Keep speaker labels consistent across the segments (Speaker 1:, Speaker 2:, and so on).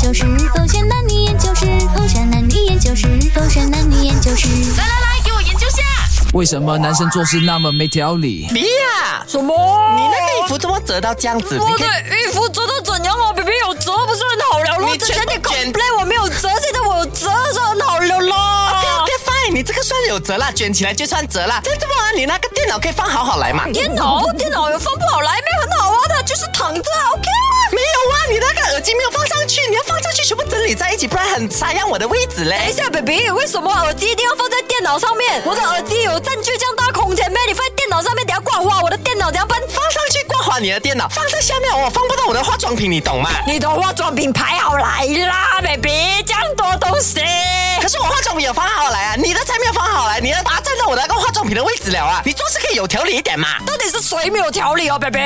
Speaker 1: 就是狗血男女研究室，狗血男女研究室，狗血男女研究室。
Speaker 2: 来来来，给我研究下。
Speaker 3: 为什么男生做事那么没条理？
Speaker 4: 比呀、
Speaker 5: 什么？
Speaker 4: 啊你那个衣服怎么折到这样子？
Speaker 5: 我
Speaker 4: 你
Speaker 5: 的
Speaker 4: 看
Speaker 5: 衣服折到怎样啊？b b 有折不是很好了咯？
Speaker 4: 你
Speaker 5: 之
Speaker 4: 全
Speaker 5: 前你
Speaker 4: 部卷
Speaker 5: complain 我没有折，现在我有折是很好了啊
Speaker 4: ，OK
Speaker 5: 咯
Speaker 4: OK。fine，你这个算有折啦，卷起来就算折啦。再这么啊，你那个电脑可以放好好来嘛？
Speaker 5: 电脑电脑有放不好来没？很好啊，它就是躺着啊，OK 啊。
Speaker 4: 没有啊，你那个耳机没有放上去，你要放上去全部整理在一起，不然很沙样我的位置
Speaker 5: 等一
Speaker 4: 嘞。
Speaker 5: 下，baby，为什么耳机一定要放在电脑上面？我的耳机有占据这样大空间咩？你放在电脑上面，等下挂花，我的电脑怎样办？
Speaker 4: 放上去挂好你的电脑，放在下面我放不到我的化妆品，你懂吗？
Speaker 5: 你的化妆品排好来啦，baby，这样多东西。
Speaker 4: 可是我化妆品有放好来啊，你的才没有放好来，你的把它站到我的那个化妆品的位置了啊！你做事可以有条理一点嘛。
Speaker 5: 到底是谁没有条理哦，baby？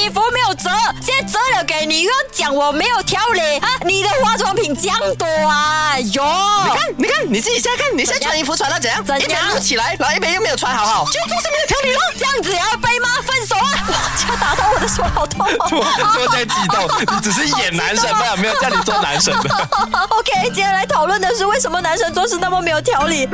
Speaker 5: 衣服没有折，现在折了给你，又要讲我没有条理啊？你的化妆品这样多啊，哟！
Speaker 4: 你看，你看，你自己现在看，你现在
Speaker 5: 怎样
Speaker 4: 穿衣服穿到怎样？
Speaker 5: 怎样
Speaker 4: 一边撸起来，然后一边又没有穿好好，就做事没有条理咯。
Speaker 5: 这样子也要背吗？分手啊！哇，这打到我的手好痛、哦。
Speaker 6: 我在激动，你只是演男生吧，没有叫你做男生的。
Speaker 5: OK，接下来讨论的是为什么男生做事那么没有条理。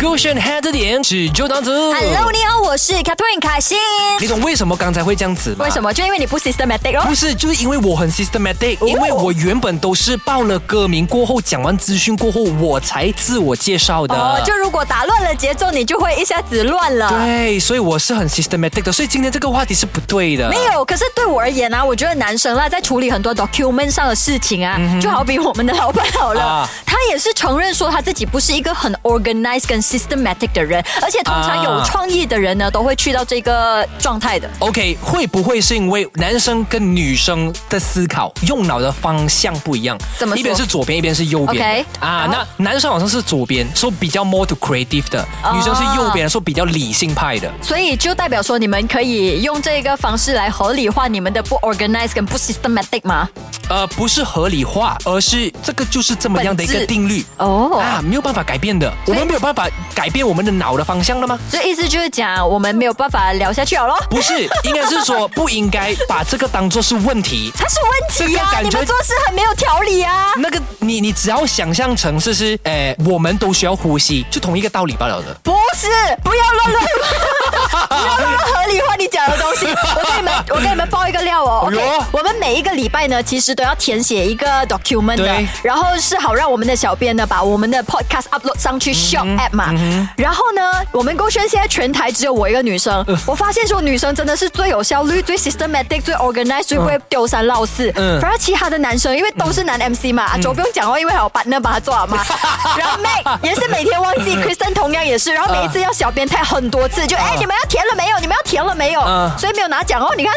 Speaker 7: 勾选 head 的点是就当子。
Speaker 5: Hello，你好，我是 Catherine 凯欣。
Speaker 7: 你懂为什么刚才会这样子吗？
Speaker 5: 为什？么？就因为你不 systematic
Speaker 7: 不
Speaker 5: 哦。
Speaker 7: 是，就是因为我很 systematic，因为我原本都是报了歌名过后，讲完资讯过后，我才自我介绍的。
Speaker 5: 哦，就如果打乱了节奏，你就会一下子乱了。
Speaker 7: 对，所以我是很 systematic 的，所以今天这个话题是不对的。
Speaker 5: 没有，可是对我而言啊，我觉得男生啦，在处理很多 document 上的事情啊，就好比我们的老板好了，
Speaker 7: 嗯啊
Speaker 5: 他也是承认说他自己不是一个很 organized 跟 systematic 的人，而且通常
Speaker 7: 啊
Speaker 5: 有创意的人呢，都会去到这个状态的。
Speaker 7: OK，会不会是因为男生跟女生的思考用脑的方向不一样？
Speaker 5: 怎么说
Speaker 7: 一边是左边，一边是右边。
Speaker 5: OK，
Speaker 7: 啊，
Speaker 5: 然后
Speaker 7: 那男生好像是左边，说比较 more to creative 的；
Speaker 5: 哦
Speaker 7: 女生是右边，说比较理性派的。
Speaker 5: 所以就代表说，你们可以用这个方式来合理化你们的不 organized 跟不 systematic 吗？
Speaker 7: 呃，不是合理化，而是这个就是这么样的一
Speaker 5: 本
Speaker 7: 个
Speaker 5: 质
Speaker 7: 定律。
Speaker 5: 哦
Speaker 7: 啊，没有办法改变的，我
Speaker 5: 所以
Speaker 7: 们没有办法改变我们的脑的方向了 吗？
Speaker 5: 这意思就是讲，我们没有办法聊下去了咯。
Speaker 7: 不是，应该是说不应该把这个当做是问题。
Speaker 5: 它是问题
Speaker 7: 这
Speaker 5: 呀、
Speaker 7: 个感
Speaker 5: 你
Speaker 7: 觉
Speaker 5: 们做事很没有条理啊。
Speaker 7: 那个你你只要想象成是是，诶、我们都需要呼吸，就同一个道理罢了的。
Speaker 5: 不是，不要乱乱，不要乱乱合理化你讲的东西。我跟你们，我跟你们爆一个料哦。
Speaker 7: 哎
Speaker 5: OK，
Speaker 7: 呦
Speaker 5: 我们每一个礼拜呢，其实都要填写一个 document 的
Speaker 7: 对，
Speaker 5: 然后是好让我们的小编呢把我们的 podcast upload 上
Speaker 7: 嗯
Speaker 5: 去 s h o p app 嘛。然后呢，我们勾选现在全台只有我一个女生，
Speaker 7: 呃
Speaker 5: 我发现说女生真的是最有效率、最 systematic、最 organized、最不会丢三落四。
Speaker 7: 嗯
Speaker 5: 反而其他的男生，因为都是男 MC 嘛，阿周不用讲哦，因为还有 partner 把他做 好嘛。然后 Mac 也是每天忘记，Kristen 同样
Speaker 7: 嗯
Speaker 5: 也是，然后每一次要小编太很多次，就哎你们要填了没有？你们要填了没有
Speaker 7: 嗯？
Speaker 5: 所以没有拿奖哦，你看。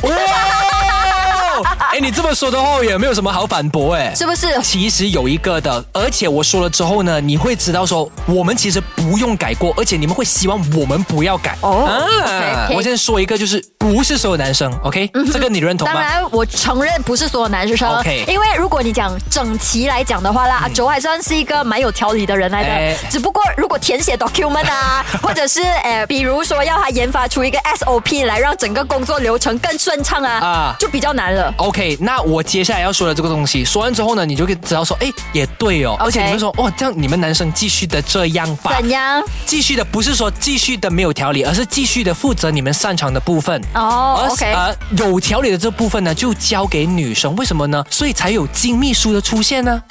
Speaker 7: 哦 哎，你这么说的话，我也没有什么好反驳哎。
Speaker 5: 是不是？
Speaker 7: 其实有一个的，而且我说了之后呢，你会知道说我们其实不用改过，而且你们会希望我们不要改。
Speaker 5: 哦
Speaker 7: 啊
Speaker 5: OK，OK 嗯
Speaker 7: 我先说一个，就是不是所有男生，OK，、这个你认同
Speaker 5: 当
Speaker 7: 吗？
Speaker 5: 然，我承认不是所有男生
Speaker 7: OK 嗯
Speaker 5: 因为如果你讲整齐来讲的话啦，阿啊周还算是一个蛮有条理的人来的。
Speaker 7: 哎
Speaker 5: 只不过如果填写 document 啊，或者是呃，比如说要他研发出一个 SOP 来让整个工作流程更顺畅啊，
Speaker 7: 啊
Speaker 5: 就比较难了。
Speaker 7: OK，那我接下来要说的这个东西，说完之后呢，你就可以知道说，哎，也对哦
Speaker 5: OK
Speaker 7: 而且你会说，哇，这样你们男生继续的这样吧，
Speaker 5: 怎样？
Speaker 7: 继续的不是说继续的没有条理，而是继续的负责你们擅长的部分。
Speaker 5: 哦
Speaker 7: 而
Speaker 5: ，OK
Speaker 7: 呃，有条理的这部分呢，就交给女生。为什么呢？所以才有金秘书的出现 呢。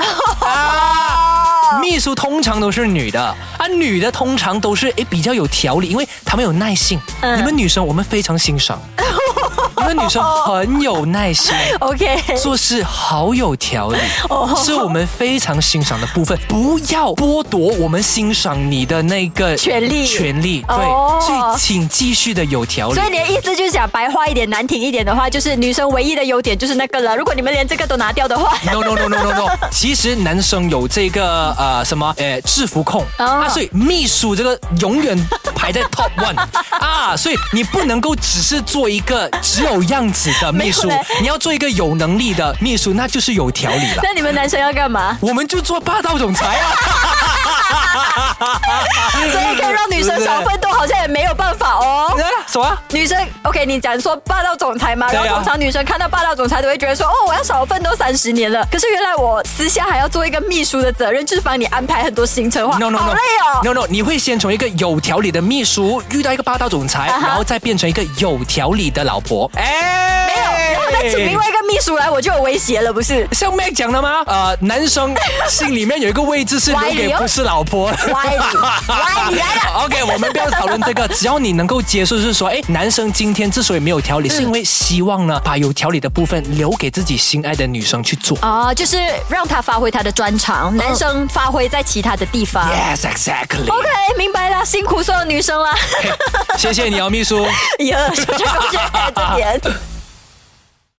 Speaker 7: 啊，秘书通常都是女的啊，女的通常都是诶比较有条理，因为她们有耐性。
Speaker 5: 嗯
Speaker 7: 你们女生我们非常欣 赏，你们女生很有耐心。
Speaker 5: OK，
Speaker 7: 做事好有条理，
Speaker 5: 哦
Speaker 7: 是我们非常欣赏的部分。不要剥夺我们欣赏你的那个
Speaker 5: 权利
Speaker 7: 权利对，
Speaker 5: 哦
Speaker 7: 所以请继续的有条理
Speaker 5: 所以。你的意思就是讲白话一点、难听一点的话，就是女生唯一的优点就是那个了。如果你们连这个都拿掉的 话，
Speaker 7: No no no no no no，其实男生有这个呃什么呃制服控、
Speaker 5: 哦
Speaker 7: 啊，所以秘书这个永远排在 top one 啊，所以你不能够只是做一个只有样子的秘书
Speaker 5: 没有嘞，
Speaker 7: 你要做一个有能力的秘书，那就是有条理了。
Speaker 5: 那你们男生要干嘛？
Speaker 7: 我们就做霸道总裁啊！
Speaker 5: 所以可以让女生小奋斗，好像也没有办法哦。
Speaker 7: 啊什么？
Speaker 5: 女生，OK，你讲说霸道总裁嘛，然后
Speaker 7: 对啊
Speaker 5: 通常女生看到霸道总裁都会觉得说，哦，我要少奋斗三十年了。可是原来我私下还要做一个秘书的责任，就是帮你安排很多行程哇
Speaker 7: No no
Speaker 5: 好
Speaker 7: no
Speaker 5: 累哦。
Speaker 7: no no，你会先从一个有条理的秘书遇到一个霸道总 裁，
Speaker 5: 啊哈
Speaker 7: 然后再变成一个有条理的老婆。哎，？
Speaker 5: 没有，然后再请另外一个秘书来，我就有威胁了，不是
Speaker 7: 像 Mac 讲的吗？呃，男生心里面有一个位置是留给不是老婆。
Speaker 5: 哦歪理，歪理来 了。
Speaker 7: OK，我们不要讨论这个，只要你能够接受，是说，哎，男生今天之所以没有条理，是因为希望呢把有条理的部分留给自己心爱的女生去做。
Speaker 5: 啊，就是让他发挥他的专长，男生发挥在其他的地方。
Speaker 7: Yes, exactly.
Speaker 5: OK，明白了，辛苦所有女生啦。
Speaker 7: 谢谢你哦，秘书。
Speaker 5: 哎呀，小陈同学，这点。